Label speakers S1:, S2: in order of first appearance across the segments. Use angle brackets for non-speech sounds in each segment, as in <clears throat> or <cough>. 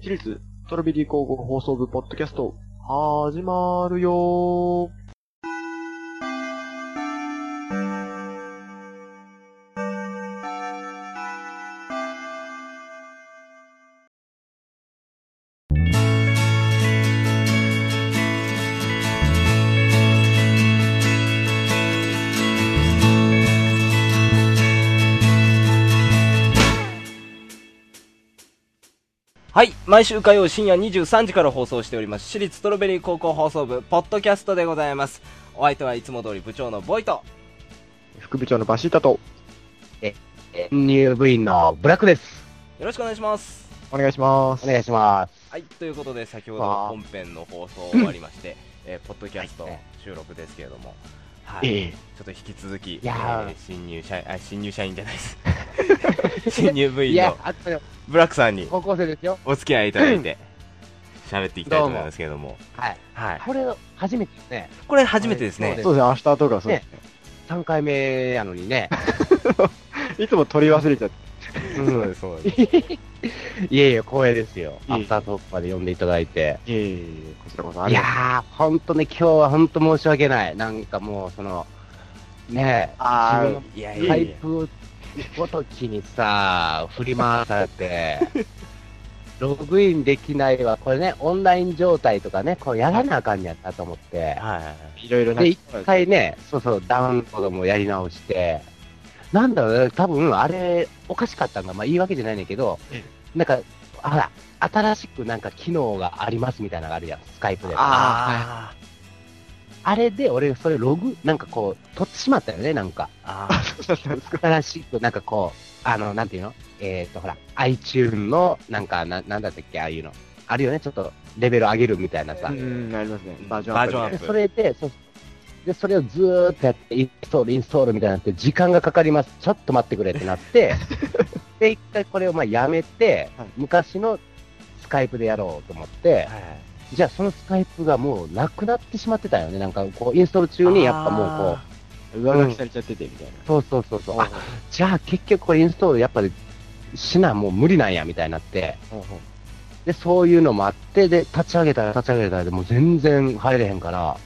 S1: 私立トロビリー広告放送部ポッドキャスト、始まるよ
S2: はい毎週火曜深夜23時から放送しております私立ストロベリー高校放送部ポッドキャストでございますお相手はいつも通り部長のボイト
S1: 副部長のバシータと、
S3: 入部員のブラックです。
S2: よろしくお願いします
S1: お願いします。
S3: お願いします。
S2: はいということで先ほど
S1: わあ
S2: 本編の放送終わりまして、えーポッドキャスト
S3: はい
S2: 収録ですけれどもはい、
S1: ええ
S2: ちょっと引き続き、
S3: やー
S2: えー新入社員あ新入社員じゃないです <laughs> 新入部
S3: い
S2: 員
S3: や
S2: の、
S3: あでも
S2: ブラックさんに
S3: 高校生ですよ。
S2: お付き合いいただいて喋っていきたいと思いますけれども
S3: はい。
S2: はい
S3: これ、初めてですね。
S2: これ初めてですね、
S3: そうです
S1: そうですね、明日とかそうですね。
S3: 3回目やのに <laughs> ね。
S1: いつも取り忘れちゃって。
S2: そうですそうです
S3: いえいえ、光栄ですよ。
S1: いえ
S3: アフタートークまで呼んでいただいて。
S1: いえいえいえこちらこそあ
S3: い
S1: り
S3: や
S1: がとう
S3: ー、ほんとね、今日はほんと申し訳ない。なんかもう、その、ねえ、
S1: あー
S3: 自
S2: いやい
S3: 分
S2: や
S3: のパ
S2: い
S3: イ
S2: や
S3: プごときにさ、振り回されて、ログインできないわ。これね、オンライン状態とかね、こうやらなあかんやったと思っ
S2: はいは
S3: て。
S2: いはい
S1: いろいろな
S3: で、一回ね、そうそう、ダウンロードもやり直して、なんだろうね、多分あれ、おかしかったんだ、まあ、いいわけじゃないねんだけど
S1: え、
S3: なんか、あら、新しくなんか機能がありますみたいなのがあるやん、スカイプで。
S2: あ
S3: あれで、俺、それ、ログ、なんかこう、取ってしまったよね、なんか。
S2: ーあ
S1: そうだったんですか。
S3: 新しく、なんかこう、あの、なんていうのえっ、と、ほら、iTune の、なんかな、なんだったっけ、ああいうの。あるよね、ちょっと、レベル上げるみたいなさ。
S1: うん、ありますね。バージョン
S2: バージョンア
S1: アップ
S2: ップ
S3: でそれで、そでそれをずーっとやって、インストール、インストールみたいになって、時間がかかります、ちょっと待ってくれってな
S1: <laughs>
S3: って、で、一回これをまあやめて、
S1: はい
S3: 昔のスカイプでやろうと思って、
S2: はいはい
S3: じゃあそのスカイプがもうなくなってしまってたよね、なんかこう、インストール中にやっぱもうこ
S1: で。上書きされちゃってて、みたいな。
S3: う、そうそうそうそう、あじゃあ結局これインストールやっぱりしな、もう無理なんやみたいになって、
S1: ほうほう
S3: で、そういうのもあって、で、立ち上げたら立ち上げたらでもう全然入れへんから、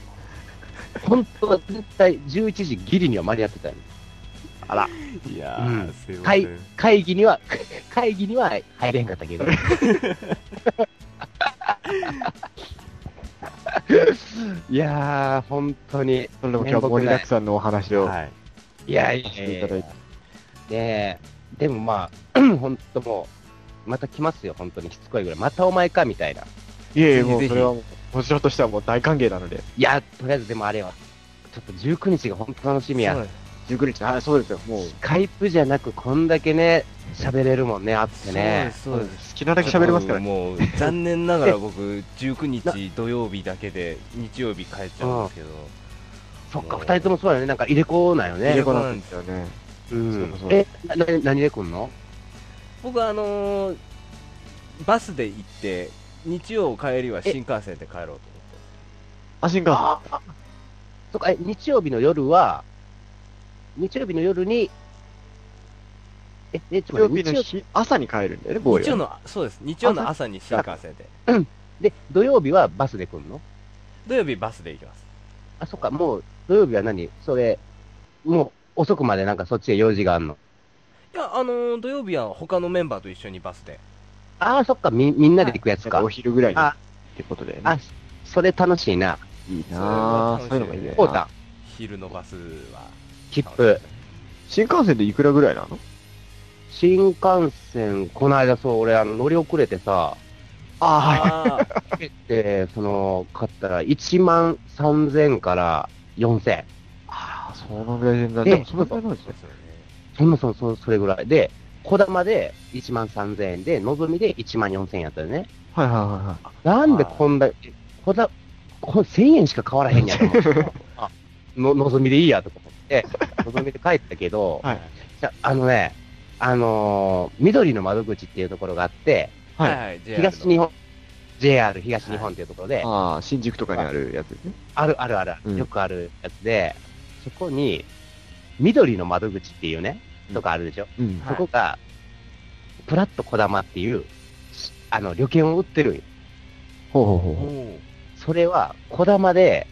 S3: 本当は絶対11時ギリには間に合ってたよね。
S1: あら、
S2: いや
S3: う
S2: ー
S3: ん
S2: すいま
S3: は
S2: せ
S3: い
S2: ん
S3: 会議には、会議には入れへんかったけど。いやー、本当に。
S1: それでも今日盛りだくさんのお話を。
S2: はい
S3: いやい
S1: さ
S3: や
S1: せていただいて
S3: で、でもまあ、 <clears throat> 本当もう、また来ますよ、本当にしつこいぐらい。またお前か、みたいな。
S1: いえいえ、
S2: ぜひ
S1: もう
S2: ぜひ
S1: それはもう、こちらとしてはもう大歓迎なので。
S3: いや、とりあえずでもあれは、ちょっと19日が本当楽しみや。
S1: 19日、はい、そうですよ。もう、
S3: スカイプじゃなく、こんだけね、喋れるもんね、あってね。
S2: そうですそうで
S1: 好きなだけ喋れますからね。
S2: もうもう残念ながら僕19日土曜日だけで日曜日帰っちゃうんですけど
S3: そっか、二人ともそうだよね。なんか入れ子なんよ
S1: 入れ
S3: ね。
S1: 子なんですよね。
S3: う
S1: そ
S3: ん
S1: うそう。
S3: え、な、な何で来んの
S2: <laughs> 僕はあのーバスで行って日曜帰りは新幹線で帰ろうと思って
S1: あ、新幹線。
S3: あそっか、え、日曜日の夜は、日曜日の夜に、え、え、ち
S1: 土
S3: ょ
S1: 曜
S3: っと待
S1: 日
S3: って、
S1: の
S3: 日曜日
S1: 日、朝に帰るんだよね、坊
S2: 日曜
S1: や。
S2: のそうです日曜の朝に新幹線で
S3: で、土曜日はバスで来んの
S2: 土曜日バスで行きます
S3: あ、そっか、もう、土曜日は何それ、もう、遅くまでなんかそっちへ用事があんの。
S2: いやあのー土曜日は他のメンバーと一緒にバスで
S3: ああ、そっか、み、みんなで行くやつ
S1: なん
S3: か。
S1: かお昼ぐらいに。っ
S3: あ
S1: てことでね。
S3: あ、それ楽しいな。
S1: いいなぁ。
S2: そ
S1: そううい
S2: そ
S1: ううのがいいね。
S3: こうだ。
S2: 昼のバスは
S3: 切符。
S1: 新幹線でいくらぐらいなの
S3: 新幹線、この間そう、俺、あの、乗り遅れてさ、
S1: あ
S2: ああ
S3: で、その、買ったら、1万3000から4000。
S1: あ、そのぐらい全然。
S3: え
S1: でもそのぐらいなんです
S2: そ
S1: ね
S2: うで。すよね
S3: そもそもそそれぐらい。で、小玉で1万3000円で、のぞみで1万4000円やったよね。
S1: はいはいはいはい。
S3: なんでこんだけ、小玉、こ1000円しか変わら
S1: <laughs>
S3: へんやと思って。あの、のぞみでいいやとか思って、のぞみで帰ったけど、
S1: はい
S3: じゃあのね、あのー緑の窓口っていうところがあって、
S1: は
S2: はいいはい JR の
S3: 東日本、JR 東日本っていうところで、
S1: ああ、新宿とかにあるやつですね。
S3: あるあるある、
S1: うん
S3: よくあるやつで、そこに、緑の窓口っていうね、とかあるでしょ。
S1: うん
S2: は。い
S3: そこが、プラットこだまっていう、しあの、旅券を売ってるんよ
S1: ほうほうほう
S2: お
S1: ほう。
S2: ー
S3: それは、小玉で、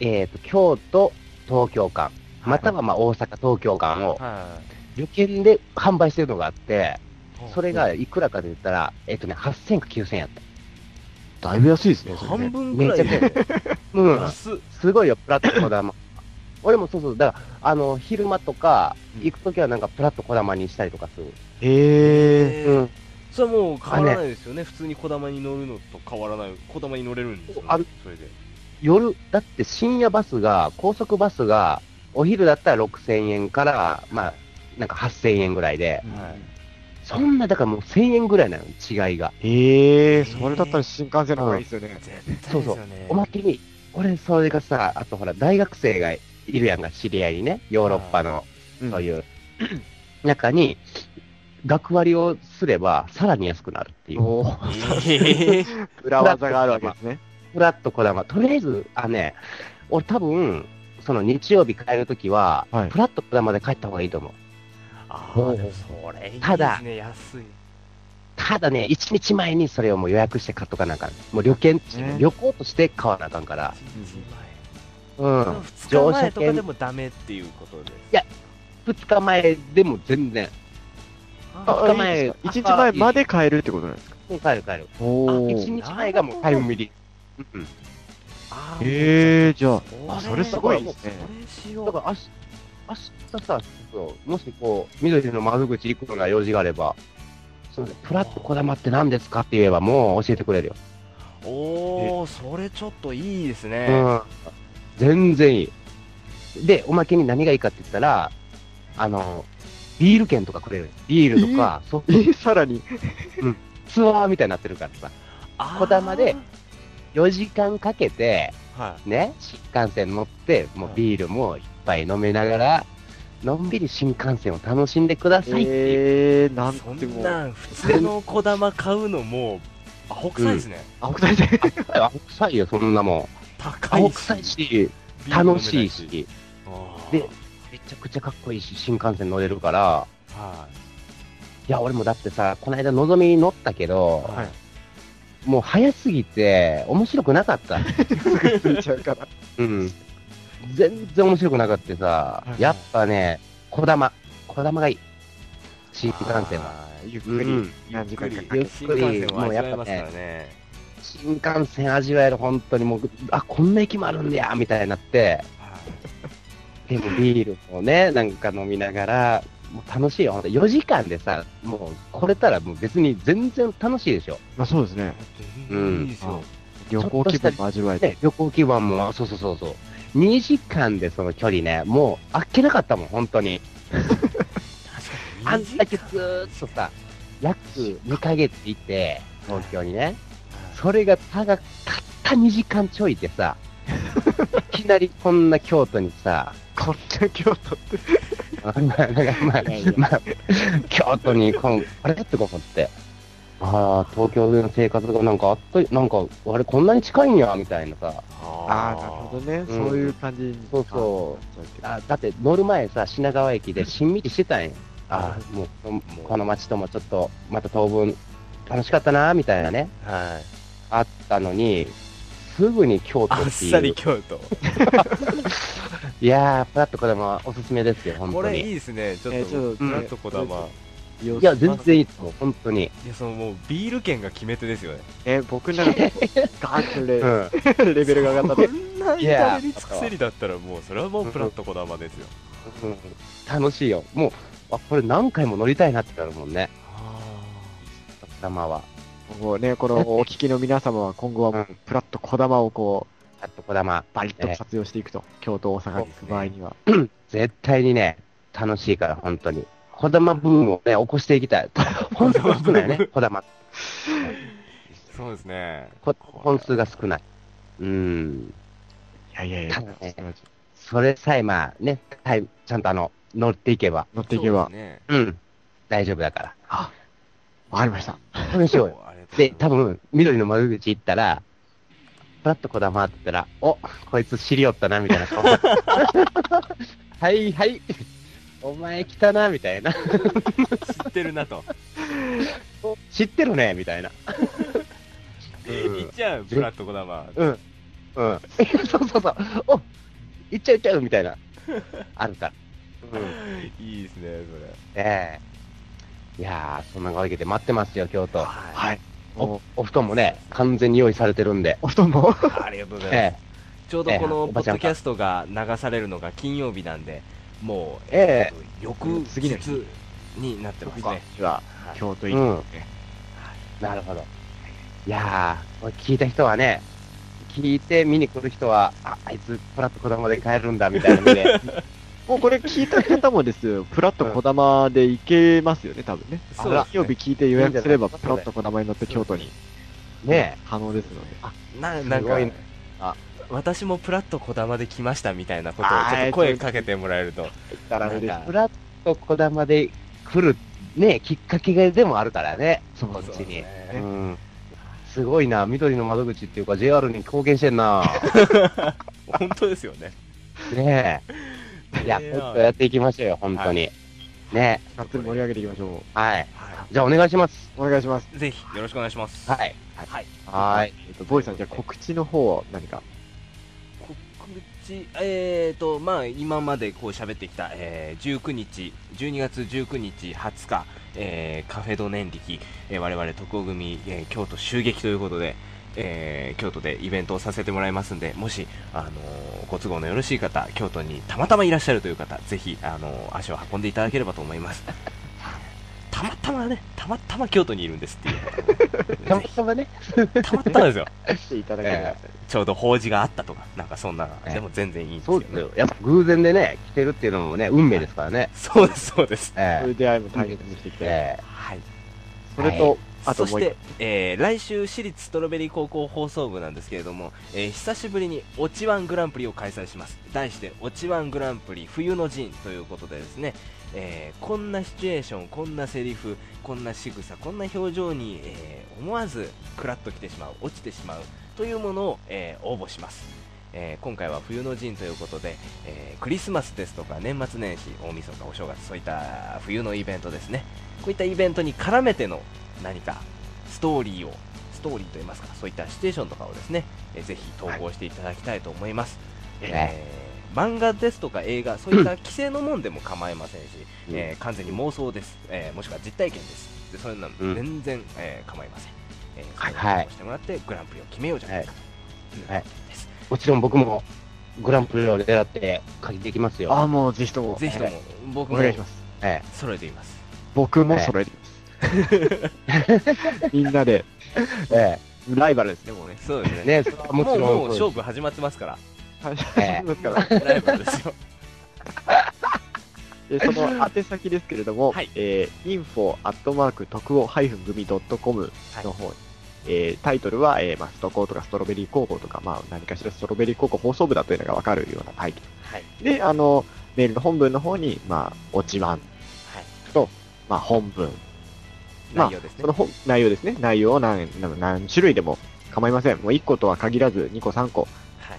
S3: えっ、と、京都、東京間、またはまあ大阪、東京間を
S2: は
S3: 旅券で販売してるのがあって、
S2: い。
S3: それがいくらかで言ったら、えっ、とね、8000か9000やった。
S1: だいぶ安いですね、それね
S2: 半分く
S3: め
S2: ら
S3: ちゃ
S2: い
S3: くち
S2: で
S3: ゃ。うん。
S2: 安っ。
S3: すごいよ、プラット小 <laughs> 玉。俺もそうそう、だから、あの、昼間とか、行くときはなんかプラット小玉にしたりとかする。
S1: へえ。
S2: え
S3: う
S2: ー
S3: ん。
S2: それはもう変わらないですよね。普通に小玉に乗るのと変わらない。小玉に乗れるんですよね。
S3: ある
S2: それで。
S3: 夜、だって深夜バスが、高速バスが、お昼だったら6000円から、まあ、なんか8000円ぐらいで、
S2: はい
S3: そんな、だからもう1000円ぐらいなの、違いが。
S1: へえ、
S2: ー
S1: それだったら新幹線の方がいいですよね。
S2: 絶対
S3: そう
S2: です
S3: そう
S2: よね。
S3: おまけに、俺、それがさ、あとほら、大学生がいるやんか、知り合いにね、ヨーロッパの、
S1: うん
S3: そういう、中に、学割をすれば、さらに安くなるっていう。
S1: おー
S2: え
S3: <laughs>
S2: ー
S1: 裏技があるわけですね。
S3: フラットこだま。とりあえず、あね、俺多分、その日曜日帰るときは、
S1: はい
S3: フラットこだまで帰った方がいいと思う。
S2: あ
S1: ほ
S2: あ、
S1: う
S2: でもそれいいで
S3: ただ
S2: すね。安い。
S3: ただね、1日前にそれをもう予約して買っとかなあかん。もう旅券、
S1: ね
S3: 旅行として買わなあかんから。う
S2: 1
S3: ん。
S2: 日前。2
S3: 乗
S2: 日前
S3: 車
S2: とか
S3: 券
S2: でもダメっていうことです。
S3: 2日前でも全然。
S2: あ
S3: あ
S1: あ
S3: 二日前
S1: いいですか一日前まで買えるってことなんですか
S3: もう帰る帰る。
S1: お
S3: 1
S1: ー。
S3: 日前がもうタイムミリ。うん。
S2: あー
S1: へえ、じゃあ、
S2: あ
S1: あそ
S2: それ
S1: れ
S2: す
S1: す
S2: ご
S1: ご
S2: い
S1: い
S2: で
S1: ですす
S2: ね
S1: ね。
S3: だから明日、明日さ、そうもしこう、緑の窓口行くような用事があれば、そうね、プラッとこだまって何ですかって言えばもう教えてくれるよ。
S2: おお、それちょっといいですね。
S3: うん。全然いい。で、おまけに何がいいかって言ったら、あの、ビール券とかくれるよ。ビールとか、そう
S1: え、 <laughs> さらに。
S3: ツアーみたいになってるからさ、
S2: あー
S3: こだまで。4時間かけて、
S2: は。
S3: ね、新幹線乗って、もうビールもいっぱい飲めながら、のんびり新幹線を楽しんでくださいってい
S1: え
S3: う。
S1: ー、ないん
S2: そ
S1: ても
S2: ん
S1: う。
S2: なん普通のこだま買うのもう、アホ臭いですね。
S1: 青臭いですね。
S3: アホ臭いよ、そんなもん。
S2: 高
S3: ア
S2: い
S3: ホ
S2: し
S3: 臭いし、
S2: ビール飲めな
S3: 楽しい。し、
S2: あー
S3: で、めちゃくちゃかっこいいし、新幹線乗れるから、
S2: はい
S3: や、俺もだってさ、この間のぞみに乗ったけど、
S2: い。
S1: はい
S3: もう早すぎて、面白くなかった。
S1: ついちゃうから。
S3: うん。全然面白くなかったさ
S2: は、い
S3: やっぱね、こだま、こだまがいい。新幹線は。
S2: は。
S1: ゆっく
S3: う
S1: り。
S3: ん。
S1: 何時間かか
S3: ゆ
S1: け
S3: っ
S1: る。
S2: 新
S3: く
S2: 幹
S3: り
S2: 線は味わえますからね。
S3: 新幹線味わえる、本当にもう、あ、こんな駅もあるんだや、みたいになって、でもビール
S2: <laughs>
S3: もね、なんか飲みながら、もう楽しいよ、ほんと。4時間でさ、もう、来れたらもう別に全然楽しいでしょ。
S1: まあそうですね。
S2: うん。いいですよ。
S1: 旅行気分も味わえて。
S3: ね、旅行基盤も、そうそうそうそう。2時間でその距離ね、もう、あっけなかったもん、本当に。
S2: 確か
S3: あ
S2: に。
S3: んだけずーっとさ、約2ヶ月いて、東京にね、それがただ、たった2時間ちょいでさ、いきなりこんな京都にさ、
S1: こんな京都って。
S3: まあ、まあ
S1: いや
S3: まあ、京都にこん、あれって思って、ああ、東京での生活がなんかあっとい、なんか、あれこんなに近いんや、みたいなさ、
S1: ああ、なるほどね。そういう感じに。
S3: そうそ
S1: そう。
S3: あだって乗る前さ、品川駅でしんみりしてたんや。ああ、もう、この街ともちょっと、また当分、楽しかったな、みたいなね。
S2: ど。はい。
S3: あったのに、すぐに京都
S2: あっ
S3: って
S2: さ
S3: い
S2: り
S3: う。
S2: 京都。
S3: いやー、プラットこれもおすすめですよ、本
S2: こ
S3: 当
S2: れい
S3: に。
S2: いですね。ちょ
S1: え
S2: っ
S1: ーちょ
S2: と、
S1: っと
S2: ずらっとこだま。
S1: い
S3: いや、全然いいと思う、本当に。
S2: いや、そのもう、ビール券が決め手ですよね。
S1: え、僕なら、ガー
S3: う
S1: ッ
S3: ん。
S1: とレレベルが上がった
S2: こ
S1: と。
S2: んな至れり尽くせりだったら、もう、それはもう、プラットこだまですよ。
S3: うん楽しいよ。もう、あ、これ何回も乗りたいなってなるもんね、プラマは。
S1: <laughs> もうね、このお聞きの皆様は今後は
S3: う、
S1: もうんプラッと小玉をこう、
S3: プラットこだま、
S1: バリッと活用していくと。京都、大阪に行く場合には。
S3: 絶対にね、楽しいから、本当に。こだまブームをね、起こしていきたい。 <laughs> 本数が少な
S2: <laughs>
S3: いね、こだま。
S2: そうですね。
S3: こ本数が少ない。うん。
S1: いやいやいや
S3: ただね、
S1: 素晴らしい
S3: それさえ、まあね、タイちゃんとあの、乗っていけば、
S1: 乗っていけば
S2: そう。ですね。
S3: うん、大丈夫だから。
S1: あ、わかりました。
S3: 試し
S2: ありがとうご
S3: ようよ。
S2: ざいます
S3: で、多分、緑の窓口行ったら、ふらっとこだまってたら、おこいつ知りよったな、みたいな顔。はいはい。お前来たな、みたいな。
S2: 知ってるなと。
S3: 知ってるねみたいな。
S2: 行っちゃう、ブラッドコダマ。
S3: うん。うん。そうそうそう。お行っちゃう行っちゃうみたいな。あるから。うん。
S2: いいですね、それ。
S3: ええいやー、そんなわけで待ってますよ、京都。
S2: は
S1: はい。
S3: おお布団もね、完全に用意されてるんで。
S1: お布団も
S2: い。ありがとうございます。
S3: え
S2: ちょうどこの
S3: ええ
S2: ポッドキャストが流されるのが金曜日なんで、もう、
S3: ええ
S2: 翌
S1: 次の日
S2: 日になってますね。
S1: は
S2: はい
S1: 京都
S3: え
S1: 行
S3: う
S1: っ
S3: ん。なるほど。いやー、これ聞いた人はね、聞いて見に来る人は、あ、あいつ、プラッと子供で帰るんだ、みたいなの
S2: <laughs>
S3: で、
S1: もうこれ聞いた方もです <laughs> よ、プラットこだまで行けますよね、多分ね。
S2: そうですね
S1: 金曜日聞いて予約すれば、
S3: いいんじゃ
S1: プ
S3: ない
S1: ラ
S3: で
S1: ッ
S3: すか
S1: トこだまに乗って京都に
S3: ね
S1: 可能ですので。あ、
S2: ななんか
S3: すごいね
S2: あ私もプラッとこだまで来ましたみたいなことをちょっと声かけてもらえると
S3: え、だから
S2: なんか
S3: プラッと子供で来る、ね、きっかけがでもあるからね、そ
S2: そ
S3: の
S2: う
S3: う
S2: そう
S3: ち
S2: そう
S3: に。う
S2: ね
S3: ん。すごいな、緑の窓口っていうか、JR に貢献して
S2: <laughs>
S3: んな。
S2: 本当ですよね
S3: ねえ。い
S2: い
S3: や、こ
S2: や
S3: うやってやっていきましょうよ、本当に。ね
S1: がっつり盛り上げていきましょ
S3: え。はい。
S2: は
S3: じゃあ、お願いします。
S1: う。お願いします。
S2: いぜひよろしくお願いします
S3: はい。
S2: はい
S3: はーい。
S1: えっと、ボーイさん、じゃあ告知の方は何か
S2: 告知えーとまあ今までこう喋ってきた、えー19日12月19日20日、えーカフェド年力、えー我々徳尾組、えー京都襲撃ということで、えー京都でイベントをさせてもらいますんでもし、あのーご都合のよろしい方京都にたまたまいらっしゃるという方ぜひ、あのー足を運んでいただければと思います <laughs> たまたまねたまたま京都にいるんですっていう
S3: たま
S2: ぜ
S3: たまね。
S2: ひたまたまですよ
S1: していただければ。
S2: ちょうど法事があったとかなんかそんな
S3: ええ
S2: でも全然いいんです
S3: そ
S2: よ
S3: う
S2: ね
S3: ですよ。やっぱ偶然でね、来てるっていうのもね、運命ですからね。
S2: そうです、そうです。
S3: え
S1: そういう出会いも大切にしていき
S3: え。
S1: たい。
S3: え
S2: はい。
S1: それ
S3: は
S1: と、あと
S2: そ
S1: も
S2: し
S1: う一
S2: て、えー来週、私立ストロベリー高校放送部なんですけれども、えー久しぶりにオチワングランプリを開催します。題して、オチワングランプリ冬の陣ということでですね、えーこんなシチュエーション、こんなセリフ、こんな仕草、こんな表情に、えー思わずクラッと来てしまう、落ちてしまうというものを、えー応募します。えー今回は冬の陣ということで、えークリスマスですとか年末年始、大晦日、お正月、そういった冬のイベントですね。こういったイベントに絡めての何かストーリーをストーリーといいますかそういったシチュエーションとかをですね、えーぜひ投稿していただきたいと思います、
S3: ね
S2: えー漫画ですとか映画そういった規制のもんでも構いませんし、
S3: うん
S2: えー完全に妄想です、えーもしくは実体験ですでそういうのは
S3: うん
S2: 全然、えー構いません、えー、
S3: は
S2: そういうのを投
S3: い
S2: 稿してもらってグランプリを決めようじゃないかと
S3: はいいう
S2: ことです、
S3: もちろん僕も、グランプリを狙って、書いていきます
S1: 個。
S3: よ。
S1: あ、もうぜひとも、
S2: ぜひとも僕
S1: お
S2: も
S1: 願いします。
S3: え
S2: 揃えています
S1: 僕も揃えてみます。みんなで、
S3: え。え
S1: ライバルですね、もうね。
S2: そうです
S3: え。
S2: ね
S3: ねそれはも
S2: も
S3: ち
S2: う
S3: ろん
S2: もう
S3: そう
S2: 勝負始まってますから
S1: はい
S3: ええ
S1: ですから
S2: ライバルですよ
S1: えーその宛先ですけれども、
S2: はい
S1: えー、info アットマーク特をハイフン組 .com
S2: はい
S1: の方に、えータイトルは、えー、まあ、ストコーとかストロベリー高校とか、まあ、何かしらストロベリー高校放送部だというのがわかるようなタイト
S2: <laughs> はい
S1: ル。で、あの、メールの本文の方に、まあ、オチワン
S2: はい
S1: と、まあ、本文、まあ
S2: 内容ですね
S1: その本、内容ですね。内容を何、何何種類でも構いません。もう1個とは限らず、2個、3個、
S2: はい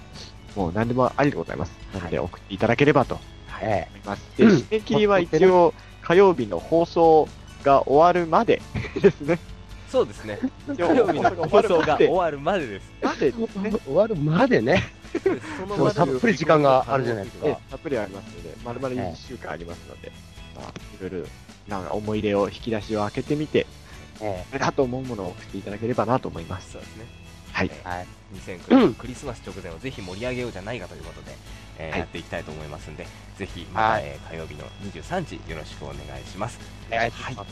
S1: もう何でもありでございます。なので、送っていただければと
S2: はい
S3: え
S1: 思います。で、締め切りは一応、火曜日の放送が終わるまでですね。
S2: そうですね。
S1: 火
S2: 火曜日の放送が終
S1: で
S2: わるまでです。
S1: までです
S3: え
S1: ね。
S3: 終わるまでね。
S2: その
S1: そ
S2: ま
S1: う
S2: で
S1: たっ
S3: ぷり時間があるじゃないですか
S1: ええたっぷりありますので、まるまる1週間ありますので、まあ、いろいろ、なんか思い出を引き出しを開けてみて、
S3: え
S1: これだと思うものを送っていただければなと思います。
S2: そうですね。
S1: はい。
S3: え。はい。
S2: 2009年クリスマス直前をぜひ盛り上げようじゃないかということで、えー
S3: はい
S2: やっていきたいと思いますんで、ぜひまた、
S3: はい
S2: えー火曜日の23時よろしくお願いします。
S3: お願いします
S2: は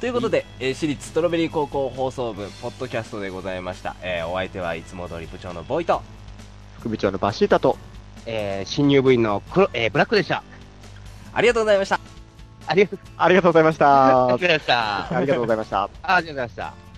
S2: ということで、えー私立ストロベリー高校放送部ポッドキャストでございました。えーお相手はいつも通り部長のボイト。
S1: 副部長のバシータと、
S3: えー新入部員の黒、えーブラックでした。
S2: ありがとうございました。
S3: ありがとう
S1: ありがとうございまし
S3: ご
S1: た。
S3: <laughs> ざいました。
S1: ありがとうございました。
S3: ありがとうございました。